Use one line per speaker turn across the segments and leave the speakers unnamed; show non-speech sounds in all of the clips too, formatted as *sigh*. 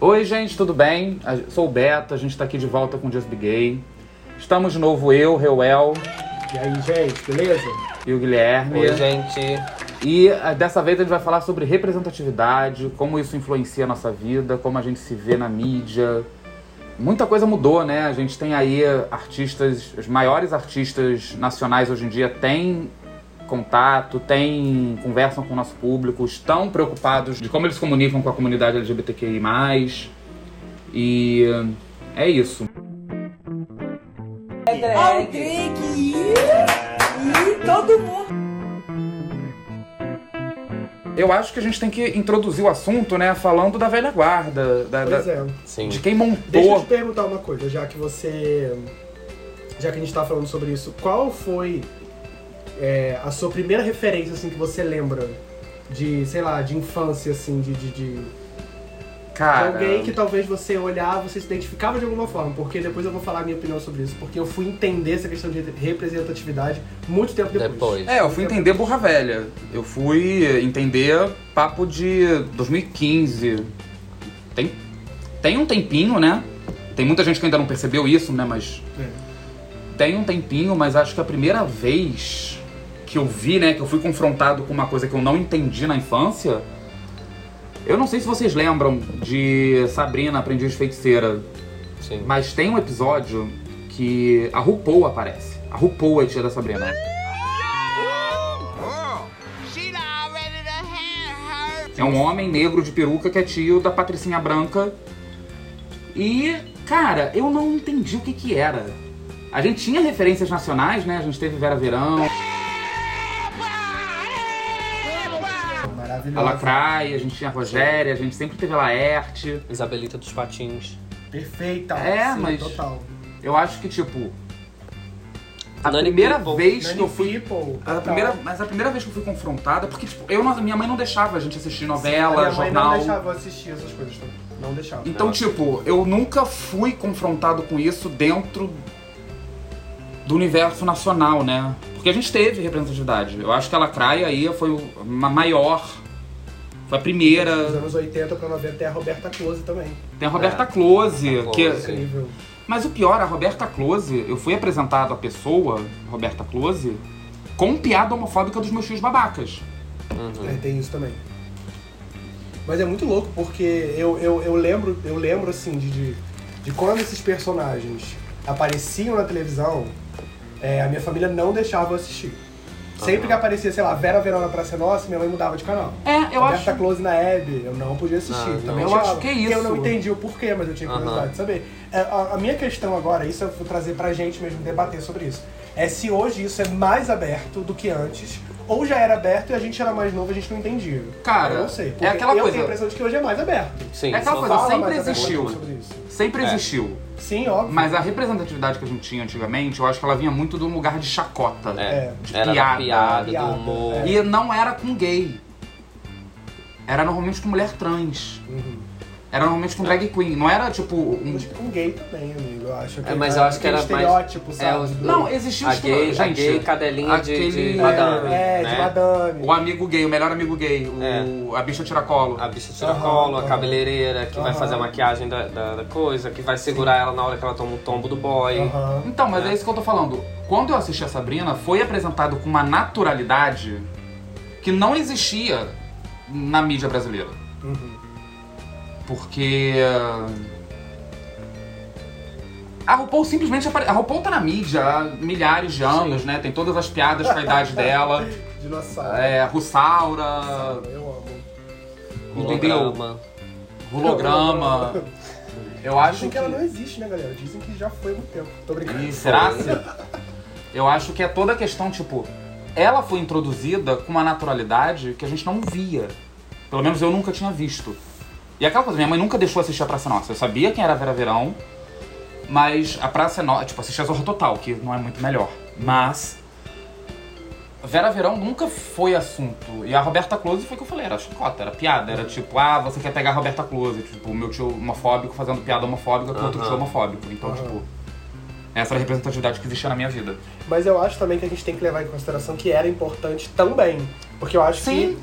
Oi, gente, tudo bem? A- Sou o Beto, a gente tá aqui de volta com o Just Be Gay. Estamos de novo eu, Reuel
E aí, gente, beleza?
e o Guilherme.
Oi, gente.
E ah, dessa vez a gente vai falar sobre representatividade, como isso influencia a nossa vida, como a gente se vê na mídia. Muita coisa mudou, né? A gente tem aí artistas, os maiores artistas nacionais hoje em dia têm contato, têm conversam com o nosso público, estão preocupados de como eles se comunicam com a comunidade LGBTQI+. E ah, é isso.
Olha o Drake! Ih, ih, todo mundo!
Eu acho que a gente tem que introduzir o assunto, né, falando da velha guarda, da- da-
Pois é.
Sim.
de quem montou
Deixa eu te perguntar uma coisa, já que você. Já que a gente tá falando sobre isso, qual foi é, a sua primeira referência, assim, que você lembra? De, sei lá, de infância, assim, de. de, de- de
Cara,
alguém que talvez você olhar, você se identificava de alguma forma, porque depois eu vou falar a minha opinião sobre isso, porque eu fui entender essa questão de representatividade muito tempo depois.
Depois.
É, eu fui entender burra velha. Eu fui eh, entender papo de 2015. Tem, tem um tempinho, né? Tem muita gente que ainda não percebeu isso, né? Mas
É.
tem um tempinho, mas acho que a primeira vez que eu vi, né? Que eu fui confrontado com uma coisa que eu não entendi na infância. Eu não sei se vocês lembram de Sabrina, Aprendiz Feiticeira.
Sim.
Mas tem um episódio que a RuPaul aparece. A RuPaul é tia da Sabrina.
She done ready to hand her
É um homem negro de peruca que é tio da Patricinha Branca. E, cara, eu não entendi o que que era. A gente tinha referências nacionais, né? A gente teve Vera Verão, a
Maravilhosa.
Lacraia, a gente tinha a Rogéria, a gente sempre teve a Laerte.
Isabelita dos Patins.
Perfeita.
É,
Sim,
mas-
Total.
Eu acho que, tipo. A
Nani
primeira
People.
vez que eu
Nanny
fui.
People,
A
total.
primeira, mas a primeira vez que eu fui confrontada, porque, tipo, eu não- minha mãe não deixava a gente assistir
Minha
novela,
mãe
jornal.
Não deixava eu assistir essas coisas. também. Não deixava.
Então, tipo, eu nunca fui confrontado com isso dentro do universo nacional, né? Porque a gente teve representatividade. Eu acho que a Lacraia aí foi uma maior. Foi a
Dos
primeira.
anos 80 pra 90 é a Roberta Close também.
Tem a Roberta Close,
Roberta
que.
É.
é
Close. Sim.
Incrível.
Mas o pior, a Roberta Close, eu fui apresentado à pessoa, Roberta Close, com piada homofóbica dos meus filhos babacas. Uhum.
É, tem isso também. Mas é muito louco, porque eu, eu, eu lembro, eu lembro assim, de, de, de quando esses personagens apareciam na televisão, é, a minha família não deixava eu assistir. Sempre que aparecia, sei lá, Vera Verão na Praça Nossa, minha mãe mudava de canal.
É, eu
Roberta
acho.
Close na Hebe, eu não podia assistir.
Ah, não.
também
Eu
tirava.
acho que é
Porque Eu
isso.
não entendi o porquê, mas eu tinha
Aham.
curiosidade de saber. É, A, a minha questão agora, isso eu vou trazer pra gente mesmo, debater sobre isso, é se hoje isso é mais aberto do que antes, ou já era aberto e a gente era mais novo e a gente não entendia.
Cara,
eu não sei.
é
porque
aquela
eu
coisa-
tenho a impressão de que hoje é mais aberto.
Sim.
É aquela
só
coisa,
fala-
sempre
mais aberto
existiu.
sobre isso.
Sempre
É.
existiu.
Sim, óbvio.
Mas a representatividade que a gente tinha antigamente, eu acho que ela vinha muito de um lugar de chacota.
É.
De
Era da piada,
piada,
do humor.
é.
E não era com gay. Era normalmente com mulher trans.
Uhum.
Era normalmente com drag queen. Não era tipo um.
Mas com gay também, amigo. Eu acho que
É, mas eu acho que
aquele
era mais-
estereótipo,
é,
sabe?
os-
do-
Não, existia
A
os
gay, a
gente,
gay cadelinha de,
aquele-
de
é,
madame.
é,
né?
de madame.
O amigo gay, o melhor amigo gay, o,
É.
a bicha tiracolo.
A bicha tira colo, a
Aham.
cabeleireira que vai
Aham.
fazer a maquiagem da, da- da coisa, que vai segurar ela na hora que ela toma o tombo do boy.
Aham.
Então, mas é. isso que eu tô falando. Quando eu assisti a Sabrina, foi apresentado com uma naturalidade que não existia na mídia brasileira.
Uhum.
Porque. ah, A RuPaul simplesmente aparece. A RuPaul tá na mídia há milhares de anos, né? Tem todas as piadas com a
*laughs*
idade dela.
Dinossauro.
É, Russaura,
Eu amo.
entendeu?
Holograma.
*laughs*
Holograma. Eu acho
Dizem que ela não existe, né, galera? Dizem que já foi há muito tempo. Tô brincando.
E
é
será se- Eu acho que é toda a questão, tipo, ela foi introduzida com uma naturalidade que a gente não via. Pelo menos eu nunca tinha visto. E aquela coisa, minha mãe nunca deixou assistir a Praça Nossa. Eu sabia quem era a Vera Verão, mas a Praça Nossa, tipo, assistia a Zorra Total, que não é muito melhor. Mas Vera Verão nunca foi assunto. E a Roberta Close foi o que eu falei, era chacota, era piada. Era tipo, ah, você quer pegar a Roberta Close. Tipo, meu tio homofóbico fazendo piada homofóbica com outro
Aham.
tio homofóbico. Então, tipo, Essa era a representatividade que existia na minha vida.
Mas eu acho também que a gente tem que levar em consideração que era importante também. Porque eu acho
Sim.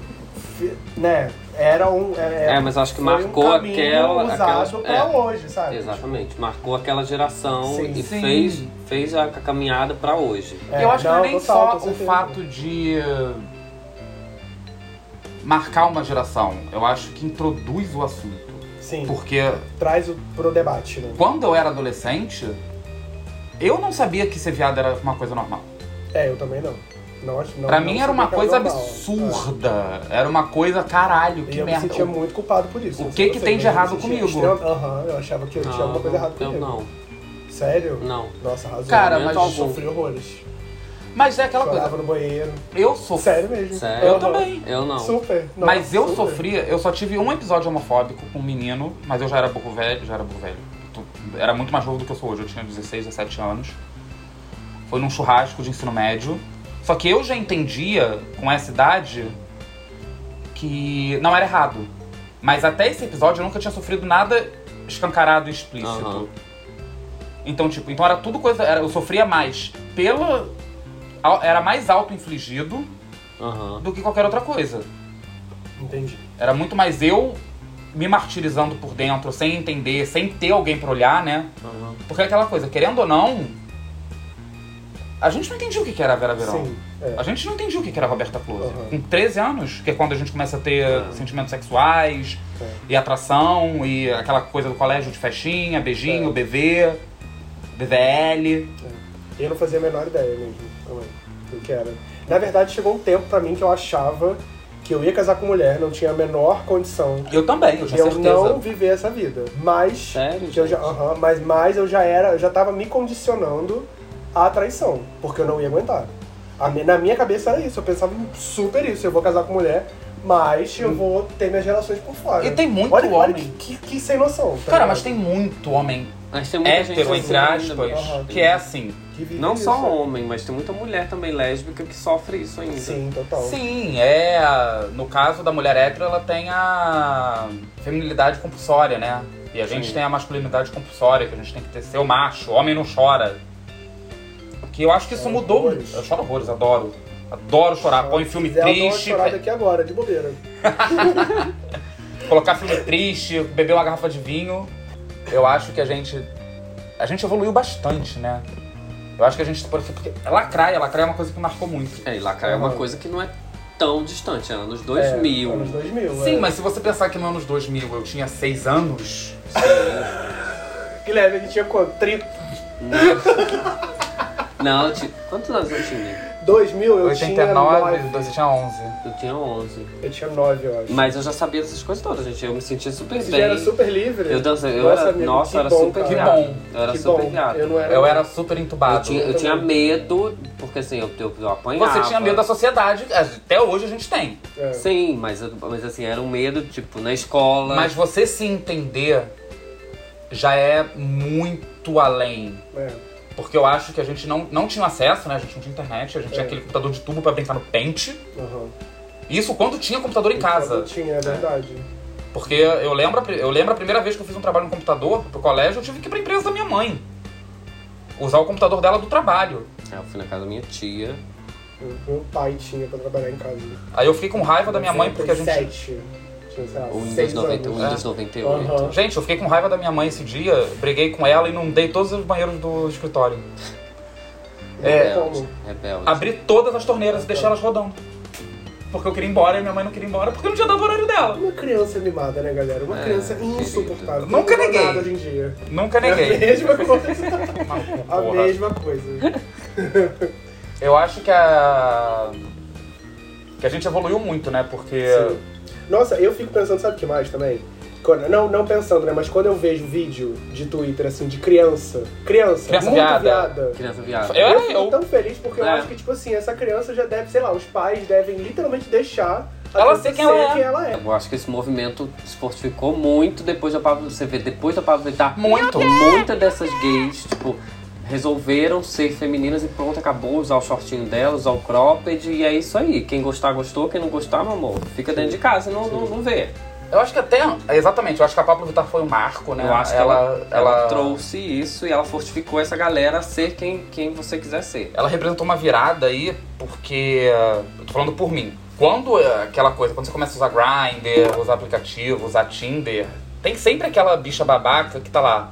que. fi- Né? Era um.
É, mas acho que
foi um
marcou
caminho
aquela-
usado
aquela-
pra
é.
hoje, sabe?
Exatamente, marcou aquela geração
Sim.
e
Sim.
fez, fez a a caminhada pra hoje.
É,
eu acho que não
não,
é nem
total, com
só o
certeza.
fato de eh, marcar uma geração. Eu acho que introduz o assunto.
Sim,
Porque
traz o, pro debate, né?
quando eu era adolescente, eu não sabia que ser viado era uma coisa normal.
É, eu também não. não, acho- não
pra
não
mim era
sabia
uma
que era
coisa
normal. é.
absurda. Era uma coisa, caralho,
E
que
eu me
merda.
sentia muito culpado por isso.
o
Eu
que
sei,
que
eu sei,
tem de
mas eu
errado
me sentia
comigo?
extremamente- Aham, eu achava que eu tinha alguma coisa errada
eu
comigo.
não.
Sério?
Não.
Nossa, arrasou.
Cara,
Momento
mas-
algum. sofri horrores.
Mas é aquela
Chorava
coisa,
no banheiro.
eu sofri.
Sério mesmo.
Sério?
Eu
Aham.
também.
Eu não.
Super. Nossa,
mas eu
super.
sofria, eu só tive um episódio homofóbico com um menino, mas eu já era burro velho, já era burro velho. Tu- Era muito mais novo do que eu sou hoje, eu tinha 16, 17 anos. Foi num churrasco de ensino médio. Só que eu já entendia, com essa idade, que não era errado. Mas até esse episódio eu nunca tinha sofrido nada escancarado e explícito.
Aham.
Então, tipo, então era tudo coisa. era- eu sofria mais pela. au- Era mais auto-infligido
Aham.
do que qualquer outra coisa.
Entendi.
Era muito mais eu me martirizando por dentro, sem entender, sem ter alguém pra olhar, né?
Aham.
Porque é aquela coisa, querendo ou não, a gente não entendia o que que era a Vera Verão.
Sim. É.
A gente não entendia o que que era a Roberta Close.
Aham.
Com 13 anos, que é quando a gente começa a ter sentimentos sexuais,
É.
e atração, e aquela coisa do colégio de festinha, beijinho,
É.
BV, BVL.
E eu não fazia a menor ideia mesmo também do que era. Na verdade, chegou um tempo pra mim que eu achava que eu ia casar com mulher, não tinha a menor condição
Eu também, eu tinha
eu
certeza.
não viver essa vida. Mas.
Sério,
que eu já,
gente?
aham, mas, mas eu já era, eu já tava me condicionando à traição, porque eu não ia aguentar. A mi- na minha cabeça era isso, eu pensava super isso, eu vou casar com mulher, mas eu vou ter minhas relações por fora.
Hum. E tem muito
olha, olha
homem.
que, que, que sem noção. tá
Cara,
ligado?
mas tem muito homem
Mas tem muita gente
hétero,
assim
entre
ainda,
aspas,
bicho.
que é assim.
Que vive
Não
isso,
só
né?
homem, mas tem muita mulher também lésbica que sofre isso ainda.
Sim, total.
Sim, é. a- No caso da mulher hétero, ela tem a feminilidade compulsória, né? E a gente
Sim.
tem a masculinidade compulsória, que a gente tem que ter ser o macho, homem não chora. Que eu acho que isso
Chora
mudou.
horrores.
Eu choro horrores, adoro. Adoro chorar. Põe filme
Quiser, eu dou Ah, uma
triste,
chorada aqui agora, de bobeira.
colocar filme triste, beber uma garrafa de vinho. Eu acho que a gente. A gente evoluiu bastante, né? Eu acho que a gente. Porque lacraia, lacraia é uma coisa que marcou muito.
É, e Lacraia é uma
Aham.
coisa que não é tão distante, é anos
É,
2000.
anos 2000.
Sim,
é.
mas se você pensar que no anos 2000 eu tinha seis anos.
Guilherme, ele tinha quanto? 30?
Não, eu tinha... quantos anos eu tinha?
2000 eu tinha
89,
9.
você tinha 11.
Eu tinha 11.
Eu tinha 9, eu acho.
Mas eu já sabia essas coisas todas, gente. Eu me sentia super
Você
bem.
já era super livre?
Eu dançava, eu
Nossa,
era,
amigo,
nossa,
que
eu era
bom,
super
cara.
Que
viado.
bom.
Eu era
que
super
bom.
viado.
Eu não era.
Eu era super
Eu
entubado.
tinha, eu
também.
tinha medo, porque assim, eu, eu, eu apanhava.
Você tinha medo da sociedade, é, até hoje a gente tem.
É.
Sim, mas, eu- mas assim, era um medo, tipo, na escola.
Mas você se entender já é muito além.
É.
Porque eu acho que a gente não, não tinha acesso, né? A gente não tinha internet, a gente tinha
É.
aquele computador de tubo pra brincar no pente.
Aham.
Isso quando tinha computador em casa.
Eu tinha, é verdade.
Porque eu lembro, a pri- eu lembro a primeira vez que eu fiz um trabalho no computador pro colégio, eu tive que ir pra empresa da minha mãe. Usar o computador dela do trabalho.
Eu fui na casa da minha tia.
Eu- Meu Um, pai tinha pra trabalhar em casa.
Aí eu fiquei com raiva da minha mãe
é
porque a gente.
97. Tinha, sei lá,
O Windows,
seis
90,
anos. né?
Windows
É.
98.
Aham.
Gente, eu fiquei com raiva da minha mãe esse dia, briguei com ela e inundei todos os banheiros do escritório.
É.
Rebelde. Rebelde.
Abri todas as torneiras e deixei elas rodando. Porque eu queria ir embora e minha mãe não queria ir embora porque eu não tinha dado o horário dela.
Uma criança mimada, né, galera? Uma
É,
criança
querido.
insuportável.
Nunca
Não é
neguei.
nada hoje em dia.
Nunca
É a
neguei.
mesma
*laughs*
coisa. A
Porra.
mesma coisa.
Eu acho que a. Que a gente evoluiu muito, né? Porque.
Sim. Nossa, eu fico pensando, sabe o que mais também? Quando- não, não pensando, né? Mas quando eu vejo vídeo de Twitter, assim, de criança. Criança,
Criança
muito
viada.
viada.
Criança viada.
Eu
Eu
era
fico
eu.
tão feliz porque eu
É.
acho que, tipo assim, essa criança já deve, sei lá, os pais devem literalmente deixar a
Ela
criança
ser quem ela é.
Eu acho que esse movimento se fortificou muito depois da Pablo. Você vê, depois da Pablo Vittar,
Muito.
muitas dessas gays, tipo, resolveram ser femininas e pronto, acabou usar o shortinho dela, usar o cropped, e é isso aí. Quem gostar, gostou, quem não gostar, meu amor, fica dentro de casa e não, não, não vê.
Eu acho que até. Exatamente, eu acho que a Pablo Vittar foi um marco, né?
Eu acho que ela, ela,
ela
trouxe isso e ela fortificou essa galera a ser quem, quem você quiser ser.
Ela representou uma virada aí, porque. eh, Eu tô falando por mim. Quando eh, aquela coisa, quando você começa a usar Grindr, usar aplicativo, usar Tinder, tem sempre aquela bicha babaca que tá lá.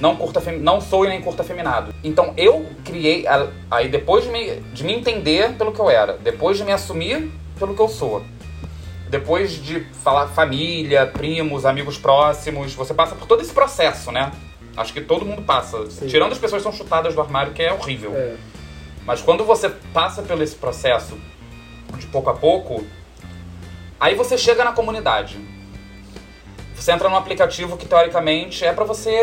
Não, curta fem- não sou e nem curta feminado. Então eu criei. a- Aí depois de me, de me entender pelo que eu era, depois de me assumir pelo que eu sou, depois de falar família, primos, amigos próximos, você passa por todo esse processo, né? Acho que todo mundo passa.
Sim.
Tirando as pessoas que são chutadas do armário, que é horrível.
É.
Mas quando você passa pelo esse processo de pouco a pouco, aí você chega na comunidade. Você entra num aplicativo que teoricamente é pra você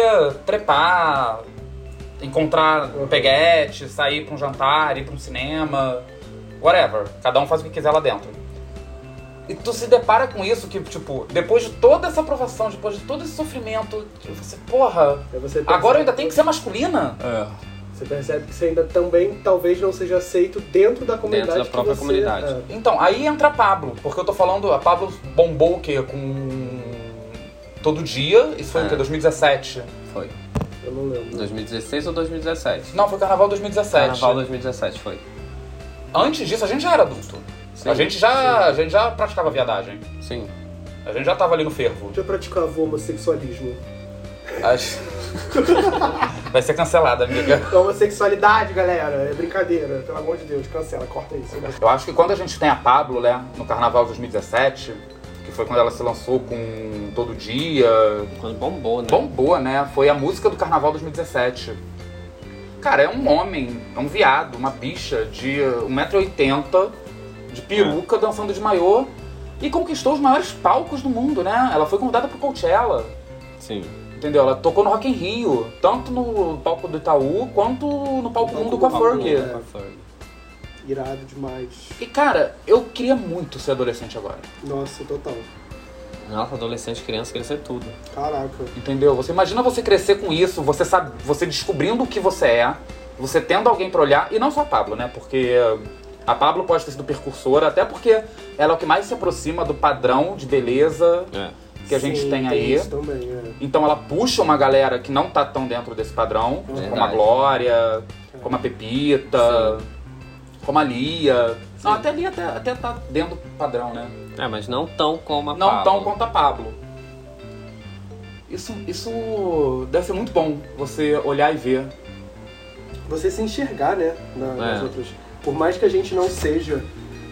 trepar, encontrar peguete, sair pra um jantar, ir pra um cinema, whatever. Cada um faz o que quiser lá dentro. E tu se depara com isso que, tipo, depois de toda essa aprovação, depois de todo esse sofrimento, você, porra,
Aí é você percebe-
agora eu ainda tenho que ser masculina?
É,
Você percebe que você ainda também talvez não seja aceito dentro da comunidade.
da
que
própria
você-
comunidade.
é.
Então, aí entra a Pablo, porque eu tô falando, a Pablo bombou o quê? Com. Todo dia, isso foi o
É.
quê? 2017?
Foi.
É, Eu não lembro.
2016 ou 2017?
Não, foi carnaval 2017.
Carnaval 2017 foi.
Antes disso, a gente já era adulto.
Sim.
a, gente já, a gente já praticava viadagem.
Sim.
A gente já tava ali no fervo.
Já praticava o homossexualismo.
As- *laughs* Vai ser cancelada, amiga.
Então, homossexualidade, galera, é brincadeira. Pelo amor de Deus, cancela, corta isso.
Eu acho que quando a gente tem a Pablo, né, no carnaval 2017, que foi quando ela se lançou com Todo Dia,
Quando bombou, né?
bombou, né? Foi a música do Carnaval 2017. Cara, é um homem, é um viado, uma bicha de uh, 1,80m, de peruca, dançando de maiô. E conquistou os maiores palcos do mundo, né? Ela foi convidada pro Coachella,
Sim.
entendeu? Ela tocou no Rock in Rio, tanto no palco do Itaú, quanto no palco mundo com a Fergie.
né? Irado demais.
E, cara, eu queria muito ser adolescente agora,
Nossa, total.
Nossa, adolescente, criança, queria ser tudo.
Caraca.
entendeu? Você imagina você crescer com isso, você sabe, você descobrindo o que você é, você tendo alguém pra olhar, e não só a Pablo, né? Porque a Pablo pode ter sido precursora, até porque ela é o que mais se aproxima do padrão de beleza
É.
que a gente
Sim,
tem aí.
Isso também, é.
Então ela puxa uma galera que não tá tão dentro desse padrão, como a
Verdade.
Glória, como a Pepita, como a Lia. Não, até a Lia até, até tá dentro do padrão, né?
É, mas não tão como a
não
Pabllo.
tão quanto a Pablo. Isso, isso deve ser muito bom você olhar e ver.
você se enxergar, né, na- nas
É.
outras. Por mais que a gente não seja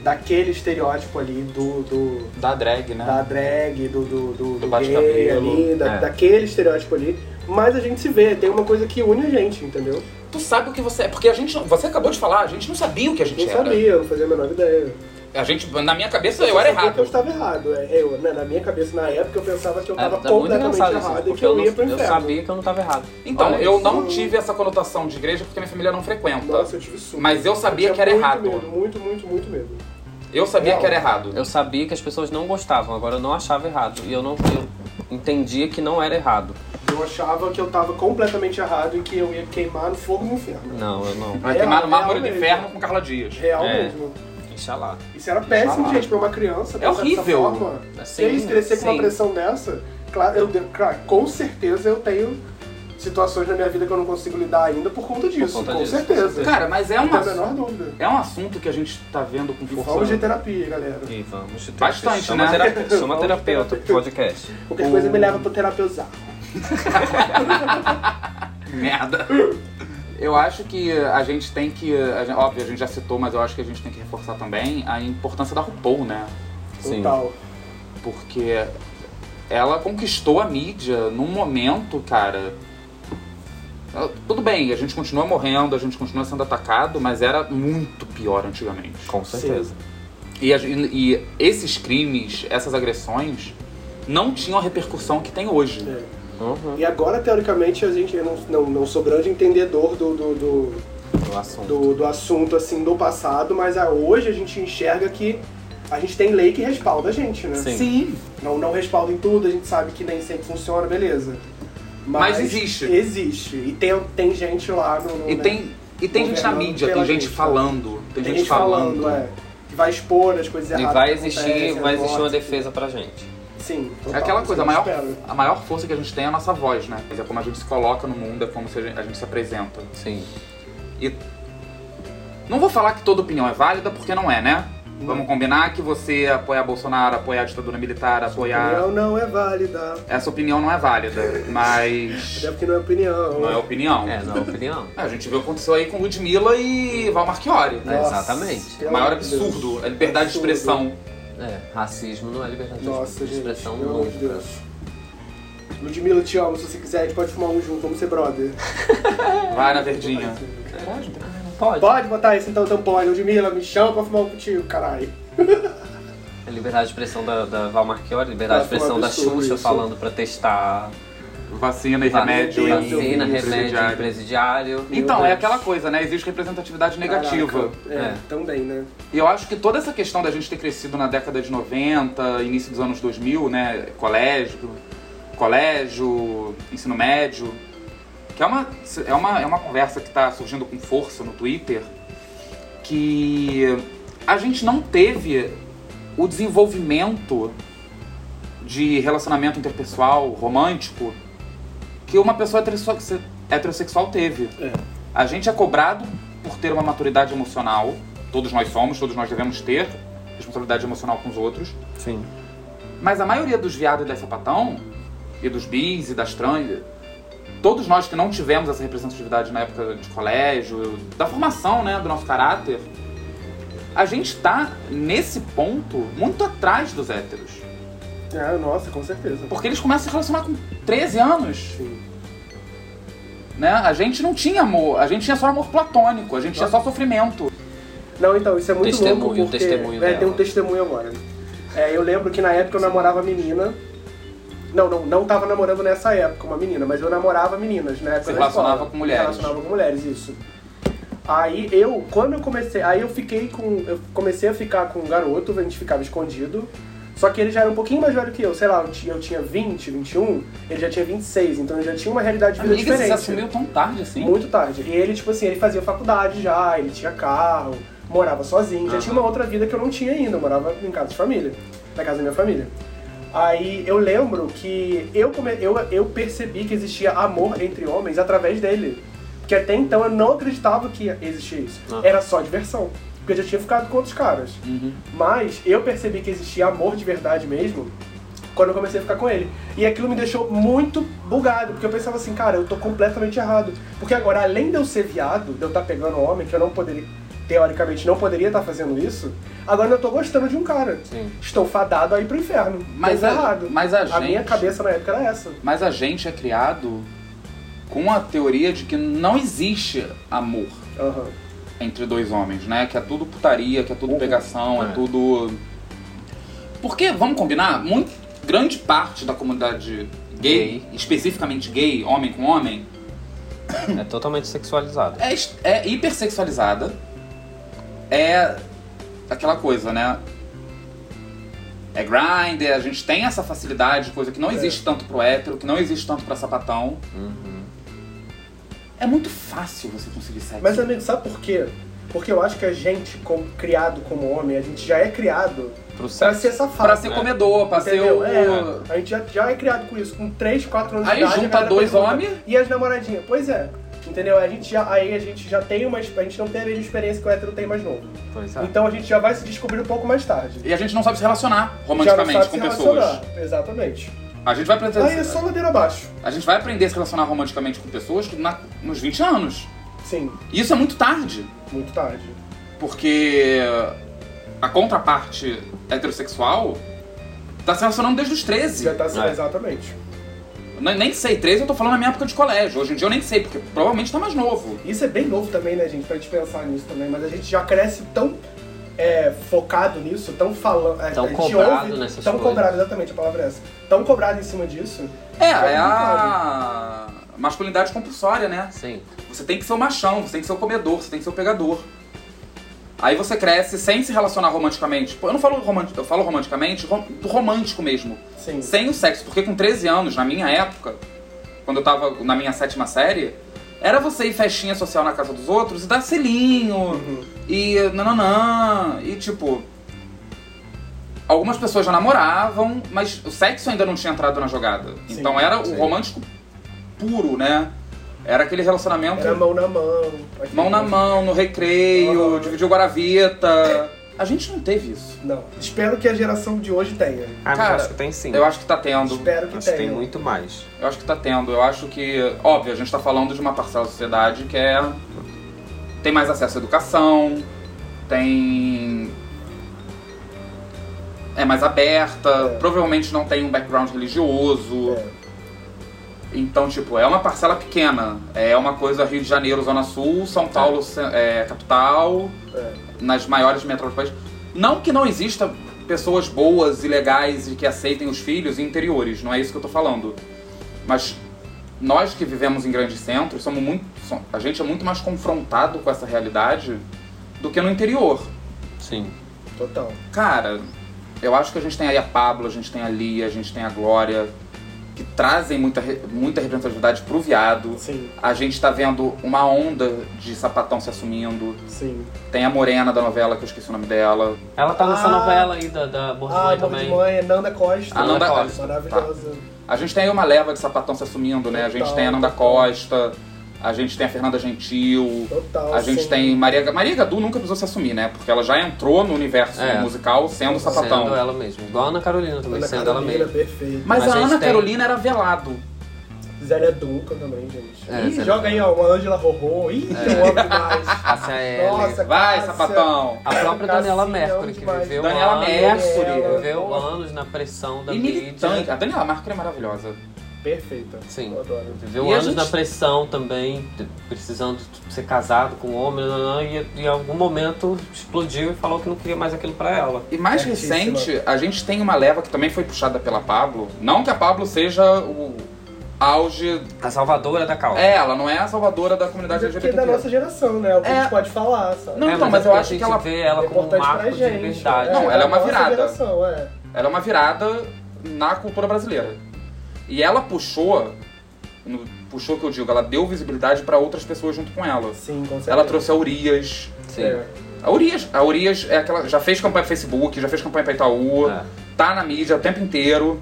daquele estereótipo ali do, do-
Da drag, né?
da drag, do do, do, do
bate-cabelo.
gay ali, da-
É.
daquele estereótipo ali, mas a gente se vê, tem uma coisa que une a gente, entendeu?
Tu sabe o que você é. Porque a gente. não- Você acabou de falar, a gente não sabia o que a gente é
Não
era.
sabia, eu não fazia a menor ideia.
A gente, na minha cabeça, eu,
só
era
sabia que
errado.
eu estava errado. é, Eu, né, na minha cabeça, na época, eu pensava que eu
É,
estava
tá muito
completamente
engraçado isso,
errado e
porque
que eu,
eu, não-
ia pro
eu
inferno.
sabia que eu não tava errado.
Então,
Olha
eu
isso.
não tive essa conotação de igreja porque minha família não frequenta.
Nossa, eu tive super.
Mas eu sabia
tinha
que era
muito
errado.
Medo, muito, muito, muito medo.
Eu sabia
Não.
que era errado.
Eu sabia que as pessoas não gostavam, agora eu não achava errado. E eu não eu entendia que não era errado.
Eu achava que eu estava completamente errado e que eu ia queimar no fogo no inferno.
Não, eu não.
Vai
Real,
queimar no
real
mármore do
mesmo.
inferno com Carla Dias.
Real
É.
mesmo.
Inxalá.
Isso era péssimo,
Falar.
gente, pra uma criança. pensar
É horrível.
Dessa forma. Se
Assim,
eles crescerem com uma
sim.
pressão dessa, claro, eu, de- claro, com certeza eu tenho situações na minha vida que eu não consigo lidar ainda por conta disso.
conta
com
disso,
certeza.
Cara, mas é
não
um,
tenho a
ass-
menor dúvida.
é um assunto que a gente tá vendo com
Vamos de
força.
terapia, galera.
E vamos ter
Bastante,
chama
né?
Terapeuta, chama
Vamos
terapeuta pro podcast.
Qualquer coisa me leva pro terapeuzar.
*laughs* Merda. Eu acho que a gente tem que. a gente- óbvio, a gente já citou, mas eu acho que a gente tem que reforçar também a importância da RuPaul, né?
Sim.
Total.
Porque ela conquistou a mídia num momento, cara. Ela- Tudo bem, a gente continua morrendo, a gente continua sendo atacado, mas era muito pior antigamente.
Com certeza.
E, a gen- e esses crimes, essas agressões, não tinham a repercussão que tem hoje.
É.
Uhum.
E agora, teoricamente, a gente eu não, não, não sou grande entendedor do, do, do,
O assunto.
do, do assunto assim do passado, mas ah, hoje a gente enxerga que a gente tem lei que respalda a gente, né?
Sim.
Não, não respalda em tudo, a gente sabe que nem sempre funciona, beleza.
Mas existe.
Existe. E tem, tem gente lá no. no-
E
né?
tem, e tem gente na
Governando
mídia, tem
pela
gente
gente,
falando, tem,
Tem gente, falando, é. Que vai expor as coisas
E
erradas.
vai
que
existir,
acontecem,
vai existir uma
mortes.
defesa pra gente.
Sim, total.
É aquela
isso
coisa, a
eu
maior,
espero.
a maior força que a gente tem é a nossa voz, né? É como a gente se coloca no mundo, é como se a gente, a gente se apresenta.
Sim.
E não vou falar que toda opinião é válida, porque não é, né? Vamos combinar que você apoiar Bolsonaro, apoiar a ditadura militar, apoiar.
Opinião não é válida.
Essa opinião não é
*laughs*
válida, mas.
Até porque não é opinião.
Não é opinião.
É, na opinião.
É, A gente viu o que aconteceu aí com Ludmilla e Val Marchiori.
É, exatamente.
O
pelo
maior
amor de Deus.
absurdo, a liberdade de
Absurdo.
expressão.
É, racismo não é liberdade de-
Nossa,
de
gente.
expressão
pelo amor de
nunca.
Deus. Ludmilla, te amo. Se você quiser, a gente pode fumar um junto. Vamos ser brother.
Vai na verdinha. Pode?
Pode.
Pode botar esse então tampão aí, Ludmilla. Me chama pra fumar um contigo, caralho.
É liberdade de expressão da, da Val Marchiori, liberdade de
Vai falar
expressão da
absurdo
Xuxa
isso.
falando pra testar
Vacina e remédio.
em
vacina, remédio,
presidiário.
presidiário.
Então,
Meu
é
Deus.
aquela coisa, né? Existe representatividade negativa.
Caraca. É,
É.
também, né?
E eu acho que toda essa questão da gente ter crescido na década de 90, início dos anos 2000, né? Colégio, colégio, ensino médio, que é uma, é uma, é uma conversa que está surgindo com força no Twitter, que a gente não teve o desenvolvimento de relacionamento interpessoal, romântico, que uma pessoa heterosse- heterossexual teve.
É.
A gente é cobrado por ter uma maturidade emocional, todos nós somos, todos nós devemos ter responsabilidade emocional com os outros,
Sim.
mas a maioria dos viados e das sapatão, e dos bis e das trans, todos nós que não tivemos essa representatividade na época de colégio, da formação, né, do nosso caráter, a gente tá, nesse ponto, muito atrás dos héteros.
Ah, nossa, com certeza.
Porque eles começam a se relacionar com 13 anos,
Sim.
né? A gente não tinha amor, a gente tinha só amor platônico, a gente tinha só sofrimento.
Não, então, isso é muito
Testemunho,
louco
o
porque...
testemunho
é,
dela.
tem um testemunho agora. É, eu lembro que na época eu namorava menina. Não, não, não tava namorando nessa época uma menina, mas eu namorava meninas na época
Se
da
relacionava
escola.
com mulheres.
Me relacionava com mulheres, isso. Aí eu, quando eu comecei, aí eu fiquei com, eu comecei a ficar com um garoto, a gente ficava escondido. Só que ele já era um pouquinho mais velho que eu, sei lá, eu tinha, eu tinha 20, 21, ele já tinha 26, então eu já tinha uma realidade de vida
Amiga, você se
diferente.
assumiu tão tarde assim?
Muito tarde. E ele, tipo assim, ele fazia faculdade já, ele tinha carro, morava sozinho, já tinha uma outra vida que eu não tinha ainda, eu morava em casa de família, na casa da minha família. Aí eu lembro que eu, come... eu, eu percebi que existia amor entre homens através dele. Porque até então eu não acreditava que existia isso.
Ah.
Era só diversão. Porque eu já tinha ficado com outros caras. Mas eu percebi que existia amor de verdade mesmo quando eu comecei a ficar com ele. E aquilo me deixou muito bugado, porque eu pensava assim, cara, eu tô completamente errado. Porque agora, além de eu ser viado, de eu estar pegando homem, que eu não poderia, teoricamente, não poderia estar fazendo isso, agora eu tô gostando de um cara.
Sim.
Estou fadado a ir pro inferno.
Mas
Tô
a-
errado.
mas a gente-
minha cabeça na época era essa.
Mas a gente é criado com a teoria de que não existe amor
Aham.
entre dois homens, né? Que é tudo putaria, que é tudo
Uhum.
pegação, é,
É.
tudo. Porque, vamos combinar, muito, grande parte da comunidade gay, especificamente gay, homem com homem,
É totalmente sexualizado.
é, es- é hipersexualizada. É aquela coisa, né? É grind, é- a gente tem essa facilidade, coisa
É.
que não existe tanto pro hétero, que não existe tanto pra sapatão.
Uhum.
É muito fácil você conseguir sexo.
Mas, é amigo, sabe por quê? Porque eu acho que a gente, como- criado como homem, a gente já é criado
Pro
pra
sexo.
ser safado. É.
pra ser comedor, pra ser
né? Entendeu?
o.
É, a gente já, já é criado com isso, com 3, 4 anos
Aí
de idade.
junta
a galera
dois
pergunta,
homens.
E as namoradinhas? Pois é. Entendeu? A gente já, aí a gente já tem uma. A gente não tem a mesma experiência que o hétero tem mais novo.
Pois
Tá.
é.
Então a gente já vai se descobrir um pouco mais tarde.
E a gente não sabe se relacionar
Já não
romanticamente
sabe
com
se
pessoas.
relacionar. Exatamente.
A gente, vai aprender,
Aí é só ladeira abaixo.
a gente vai aprender a se relacionar romanticamente com pessoas na- nos 20 anos.
Sim,
E isso é muito tarde.
muito tarde.
Porque a contraparte heterossexual tá se relacionando desde os 13.
Já tá se-
É.
Exatamente.
N- Nem sei, 13 eu tô falando na minha época de colégio. Hoje em dia eu nem sei, porque provavelmente tá mais novo.
Isso é bem novo também, né, gente? Pra gente pensar nisso também. Mas a gente já cresce tão é, focado nisso, tão falando. é,
Tão
a gente
cobrado
ouve,
nessas
Tão
coisas.
cobrado, exatamente, a palavra é essa. Tão cobrado em cima disso.
É,
é
é a masculinidade compulsória, né?
Sim.
Você tem que ser o machão, você tem que ser o comedor, você tem que ser o pegador. Aí você cresce sem se relacionar romanticamente. Pô, Eu não falo romântico, eu falo romanticamente rom- do romântico mesmo.
Sim.
Sem o sexo, porque com 13 anos, na minha época, quando eu tava na minha sétima série, era você ir festinha social na casa dos outros e dar selinho,
Uhum.
e nananã, e tipo. A algumas pessoas já namoravam, mas o sexo ainda não tinha entrado na jogada.
Sim,
então era
sim.
o romântico puro, né? Era aquele relacionamento
Era mão na mão.
mão na mão, no recreio,
Aham.
dividiu guaravita. A gente não teve isso.
Não. Espero que a geração de hoje tenha.
Ah, mas
Cara,
acho que tem sim.
Eu acho que tá tendo.
Espero que
Acho que
tenha.
tem muito mais.
Eu acho que tá tendo. Eu acho que, óbvio, a gente tá falando de uma parcela da sociedade que é. tem mais acesso à educação, tem. é mais aberta,
É.
provavelmente não tem um background religioso.
É.
Então, tipo, é uma parcela pequena. É uma coisa Rio de Janeiro, Zona Sul, São Paulo, cen- é, capital,
É.
nas maiores metrópoles do país. Não que não exista pessoas boas e legais e que aceitem os filhos em interiores, não é isso que eu tô falando. Mas nós que vivemos em grandes centros, somos muito, som- a gente é muito mais confrontado com essa realidade do que no interior.
Sim.
Total.
Cara, eu acho que a gente tem aí a Pablo, a gente tem a Lia, a gente tem a Glória, que trazem muita, re- muita representatividade pro viado.
Sim,
A gente tá vendo uma onda de sapatão se assumindo.
sim.
Tem a Morena da novela, que eu esqueci o nome dela.
Ela tá nessa
Ah.
novela aí da, da Bordo
Ah,
Mãe
o nome de
também.
mãe é Nanda Costa.
A Nanda Costa. tá.
Maravilhosa.
A gente tem aí uma leva de sapatão se assumindo, né? A gente
Total,
tem a Nanda
total.
Costa, a gente tem a Fernanda Gentil,
Total.
a gente
sim.
tem Maria... Maria Gadu nunca precisou se assumir, né? Porque ela já entrou no universo
É.
musical sendo sapatão.
Sendo
Ela mesma. Igual a Ana Carolina também,
Ana
sendo
Carolina,
ela mesma.
perfeita.
Mas,
Mas
a
a gente
Ana
tem-
Carolina era velado.
Zélia Duncan também, gente.
É,
Ih,
Zélia
joga aí, ó, uma Ângela Rorô. Ih,
É.
eu amo
*laughs*
demais.
Cássia Eller.
Nossa,
Vai,
Cássia.
sapatão!
A própria Daniela
Cassinha,
Mercury, que
demais.
viveu
Daniela
anos,
Mercury. né?
viveu anos na pressão da
E militante.
mídia.
A Daniela Marco é maravilhosa.
Perfeita.
Sim.
Eu adoro.
Viveu
E a
anos
gente-
na pressão também, de- precisando de ser casado com um homem, não, não, não, e e em algum momento explodiu e falou que não queria mais aquilo pra ela.
E mais
Certíssima.
recente, a gente tem uma leva que também foi puxada pela Pablo. Não que a Pablo seja o auge.
A salvadora da causa.
É, ela não é a salvadora da comunidade
Mas é porque é da
LGBT.
nossa geração, né? O que a
É.
gente pode falar, sabe?
Não,
É,
então,
mas
mas eu acho
a gente
que ela,
vê ela
é
como um
importante pra
marco de
gente.
liberdade.
Não, ela é uma
da nossa
virada.
Geração, é.
ela é uma virada na cultura brasileira. E ela puxou. no- puxou que eu digo, ela deu visibilidade pra outras pessoas junto com ela.
Sim, com certeza.
Ela trouxe a Urias.
Sim.
É.
A Urias, a Urias é aquela. Já fez campanha pro Facebook, já fez campanha pra Itaú,
É.
tá na mídia o tempo inteiro.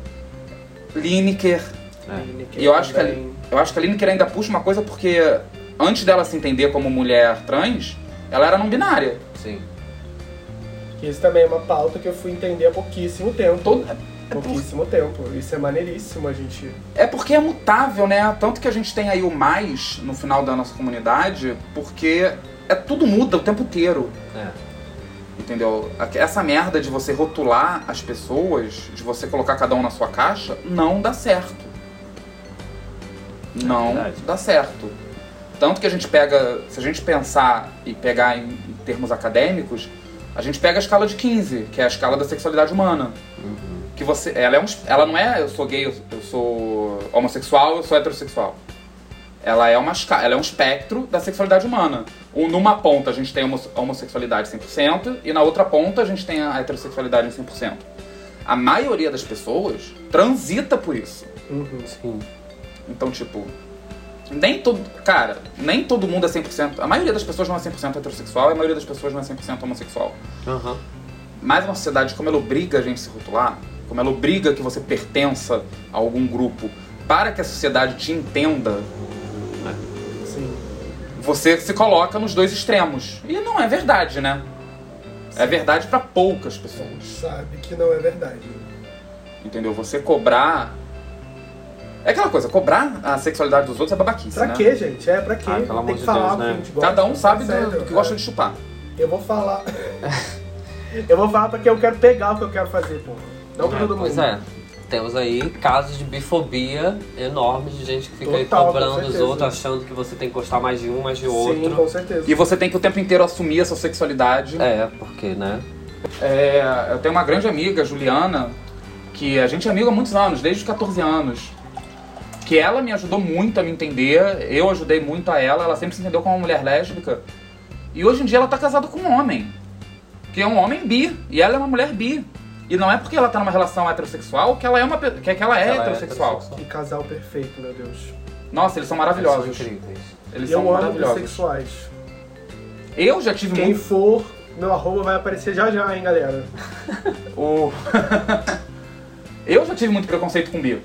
Lineker.
é,
Lineker
É. E eu acho, que a,
também.
eu acho que a Lineker ainda puxa uma coisa porque antes dela se entender como mulher trans, ela era não binária.
Sim.
Que isso também é uma pauta que eu fui entender há pouquíssimo tempo.
Todo-
Pouquíssimo tempo. Isso é maneiríssimo, a gente.
É porque é mutável, né? Tanto que a gente tem aí o mais no final da nossa comunidade, porque é tudo muda o tempo inteiro.
É.
Entendeu? Aque- Essa merda de você rotular as pessoas, de você colocar cada um na sua caixa, não dá certo. Não
verdade.
dá certo. Tanto que a gente pega, se a gente pensar e pegar em em termos acadêmicos, a gente pega a escala de 15, que é a escala da sexualidade humana. Que você, ela, é um, es- ela não é eu sou gay, eu, eu sou homossexual, eu sou heterossexual. Ela é, uma, esca- ela é um espectro da sexualidade humana. Um- numa ponta a gente tem a homo- a homossexualidade 100% e na outra ponta a gente tem a heterossexualidade em 100%. A maioria das pessoas transita por isso.
Sim.
Então, tipo, nem todo. Cara, nem todo mundo é 100%. A maioria das pessoas não é 100% heterossexual e a maioria das pessoas não é 100% homossexual.
Aham.
Mas uma sociedade, como ela obriga a gente a se rotular, como ela obriga que você pertença a algum grupo para que a sociedade te entenda,
Sim.
você se coloca nos dois extremos. E não é verdade, né? É verdade pra poucas pessoas.
Sabe que não é verdade.
Entendeu? Você cobrar. É aquela coisa, cobrar a sexualidade dos outros é babaquice.
Pra
né?
quê, Tá gente? É, pra quê?
Ah, pelo amor
Tem que
de
falar o
Deus,
que
né?
a gente gosta.
Cada um sabe
Sério,
do, do que
cara.
gosta de chupar.
Eu vou falar. *laughs* eu vou falar porque eu quero pegar o que eu quero fazer, pô. Não pra todo mundo.
Pois é. Temos aí casos de bifobia enormes de gente que fica aí
Total, com
cobrando os
certeza.
outros, achando que você tem que gostar mais de um, mais de
Sim,
outro.
com certeza.
E você tem que o tempo inteiro assumir a sua sexualidade.
É, porque, né?
É, eu tenho uma grande amiga, Juliana, que a gente é amigo há muitos anos, desde os 14 anos. Que ela me ajudou muito a me entender, eu ajudei muito a ela, ela sempre se entendeu como uma mulher lésbica. E hoje em dia ela tá casada com um homem, que é um homem bi, e ela é uma mulher bi. E não é porque ela tá numa relação heterossexual que ela é uma pe- que, que ela é
Ela é
heterossexual.
heterossexual. É,
Que casal perfeito, meu Deus.
Nossa, eles são
São
maravilhosos.
incríveis.
Eles
eu
são
amo
maravilhosos.
bissexuais.
Eu já tive
Quem
muito
for Meu arroba vai aparecer já já, hein, galera.
O... *laughs* eu já tive muito preconceito com bi.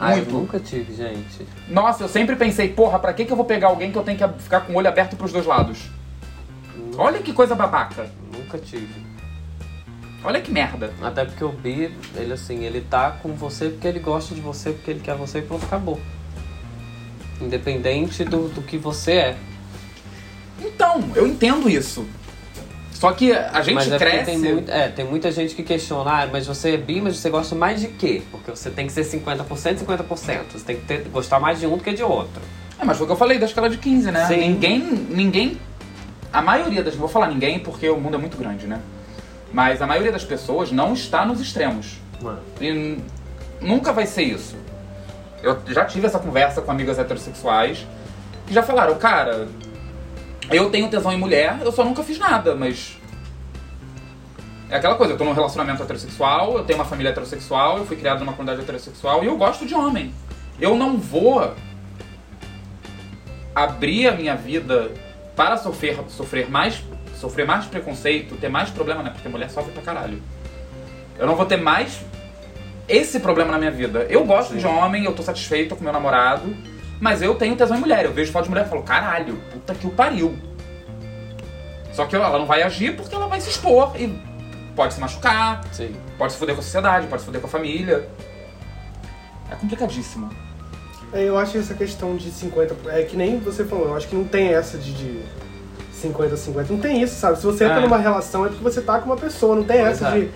Ah, eu
Muito.
nunca tive, gente.
Nossa, eu sempre pensei, porra, pra que, que eu vou pegar alguém que eu tenho que ficar com o olho aberto pros dois lados? Olha que coisa babaca.
Nunca tive.
Olha que merda.
Até porque o Bi, ele assim, ele tá com você porque ele gosta de você, porque ele quer você e pronto, acabou. Independente do, do que você é.
Então, eu entendo isso. Só que a gente
mas é porque
cresce.
Tem muito- é, tem muita gente que questiona, ah, mas você é bi, mas você gosta mais de quê? Porque você tem que ser 50%, 50%. Você tem que ter- gostar mais de um do que de outro.
É, mas foi o que eu falei da escala de 15, né?
Sim.
Ninguém. Ninguém. A maioria das. Vou falar ninguém porque o mundo é muito grande, né? Mas a maioria das pessoas não está nos extremos. E n- nunca vai ser isso. Eu já tive essa conversa com amigas heterossexuais que já falaram, cara, eu tenho tesão em mulher, eu só nunca fiz nada, mas. É aquela coisa, eu tô num relacionamento heterossexual, eu tenho uma família heterossexual, eu fui criado numa comunidade heterossexual e eu gosto de homem. Eu não vou abrir a minha vida para sofrer, sofrer mais sofrer mais preconceito, ter mais problema, né? Porque mulher sofre pra caralho. Eu não vou ter mais esse problema na minha vida. Eu gosto de homem, eu tô satisfeito com meu namorado, mas eu tenho tesão em mulher. Eu vejo foto de mulher e falo, caralho, puta que o pariu. Só que ela não vai agir porque ela vai se expor e pode se machucar,
Sim.
pode se foder com a sociedade, pode se foder com a família. É complicadíssimo.
É, Eu acho que essa questão de 50. É que nem você falou, eu acho que não tem essa de. de 50 50. Não tem isso, sabe? Se você entra
É.
numa relação é porque você tá com uma pessoa, não tem
Pois
essa
é.
de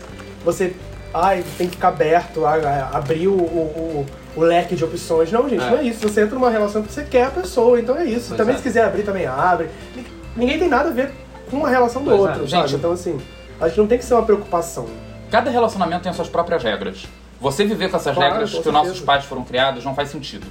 você. Ai, tem que ficar aberto, a- a- abrir o, o- o- o leque de opções. Não, gente,
É.
não é isso. Você entra numa relação porque você quer a pessoa, então é isso.
Pois
também
é.
se quiser abrir, também abre. Ni- Ninguém tem nada a ver com uma relação do
Pois é.
outro, sabe?
Gente-
Então, assim, acho que não tem que ser uma preocupação.
Cada relacionamento tem as suas próprias regras. Você viver com essas
Claro,
regras
com
que os
certeza.
nossos pais foram criados não faz sentido.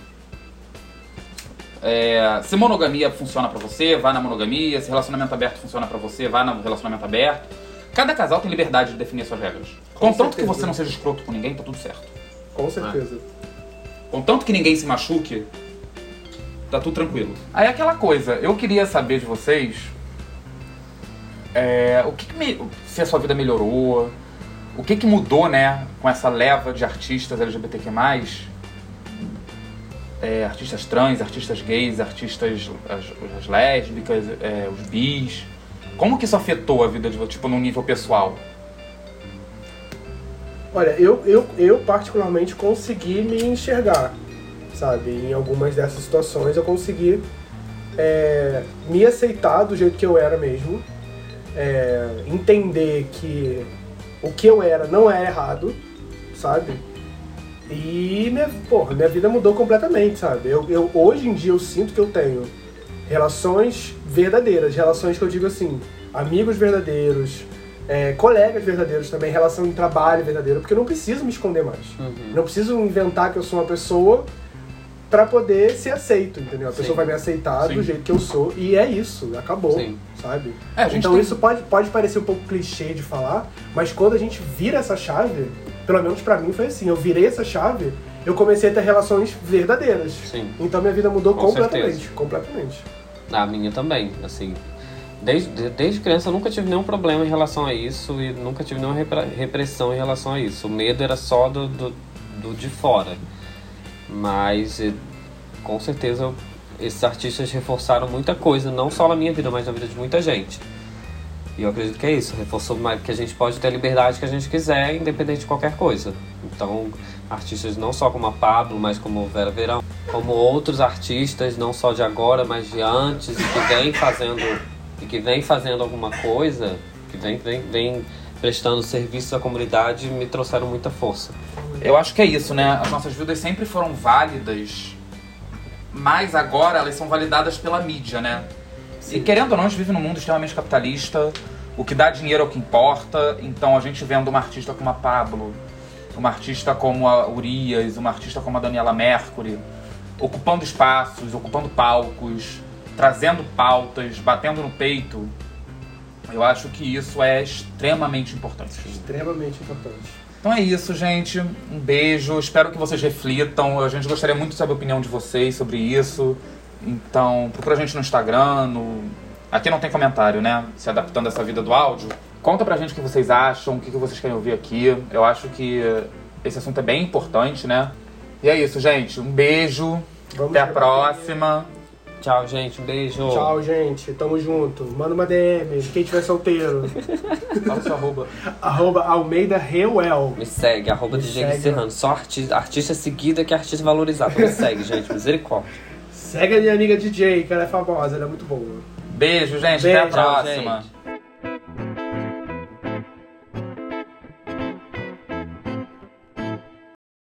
É, se monogamia funciona pra você, vá na monogamia. Se relacionamento aberto funciona pra você, vá no relacionamento aberto. Cada casal tem liberdade de definir suas regras.
Com
Contanto que
certeza.
você não seja escroto com ninguém, tá tudo certo.
É.
Com certeza.
Contanto que ninguém se machuque, tá tudo tranquilo. Aí aquela coisa, eu queria saber de vocês é, o que, que me- se a sua vida melhorou, o que, que mudou, né, com essa leva de artistas LGBTQ+, é, artistas trans, artistas gays, artistas as, as lésbicas, é, os bis. Como que isso afetou a vida de vocês, tipo, no nível pessoal?
Olha, eu, eu, eu particularmente consegui me enxergar, sabe? Em algumas dessas situações eu consegui é, me aceitar do jeito que eu era mesmo, é, entender que o que eu era não era errado, sabe? E minha, porra, minha vida mudou completamente, sabe? Eu, eu, hoje em dia eu sinto que eu tenho relações verdadeiras, relações que eu digo assim, amigos verdadeiros, é, colegas verdadeiros também, relação de trabalho verdadeira, porque eu não preciso me esconder mais. Não preciso inventar que eu sou uma pessoa pra poder ser aceito, entendeu? A
Sim.
pessoa vai me aceitar
Sim.
do jeito que eu sou e é isso, acabou,
Sim.
sabe?
É, a gente
então
tem-
isso pode, pode parecer um pouco clichê de falar, mas quando a gente vira essa chave, pelo menos pra mim foi assim, eu virei essa chave, eu comecei a ter relações verdadeiras.
Sim.
Então minha vida mudou
Com
completamente,
certeza.
completamente.
A minha também, assim. Desde, de- desde criança eu nunca tive nenhum problema em relação a isso e nunca tive nenhuma repra- repressão em relação a isso. O medo era só do, do, do de fora. Mas eh, com certeza esses artistas reforçaram muita coisa, não só na minha vida, mas na vida de muita gente. E eu acredito que é isso, reforçou mais que a gente pode ter a liberdade que a gente quiser, independente de qualquer coisa. Então, artistas não só como a Pablo, mas como Vera Verão, como outros artistas, não só de agora, mas de antes, e que vem fazendo, e que vem fazendo alguma coisa, que vem, vem, vem prestando serviço à comunidade, me trouxeram muita força.
Eu acho que é isso, né? As nossas vidas sempre foram válidas, mas agora elas são validadas pela mídia, né? E querendo ou não, a gente vive num mundo extremamente capitalista, o que dá dinheiro é o que importa, então a gente vendo uma artista como a Pablo, uma artista como a Urias, uma artista como a Daniela Mercury, ocupando espaços, ocupando palcos, trazendo pautas, batendo no peito, eu acho que isso é extremamente importante.
Extremamente importante.
Então é isso, gente. Um beijo. Espero que vocês reflitam. A gente gostaria muito de saber a opinião de vocês sobre isso. Então, procura a gente no Instagram, no Aqui não tem comentário, né? Se adaptando a essa vida do áudio. Conta pra gente o que vocês acham, o que que vocês querem ouvir aqui. Eu acho que esse assunto é bem importante, né? E é isso, gente. Um beijo.
Vamos
Até a
rebater.
próxima.
Tchau, gente. Um beijo.
Tchau, gente. Tamo junto. Manda uma DM. Quem tiver solteiro. *laughs*
Fala seu arroba.
arroba Almeida Reuel.
Me segue, arroba
Me
DJ
segue,
Serrano. Só artista, artista seguida que é artista valorizado. Me segue, gente. Misericórdia.
Segue a minha amiga DJ, que ela é famosa, ela é muito boa.
Beijo, gente.
Beijo,
Até a próxima.
gente.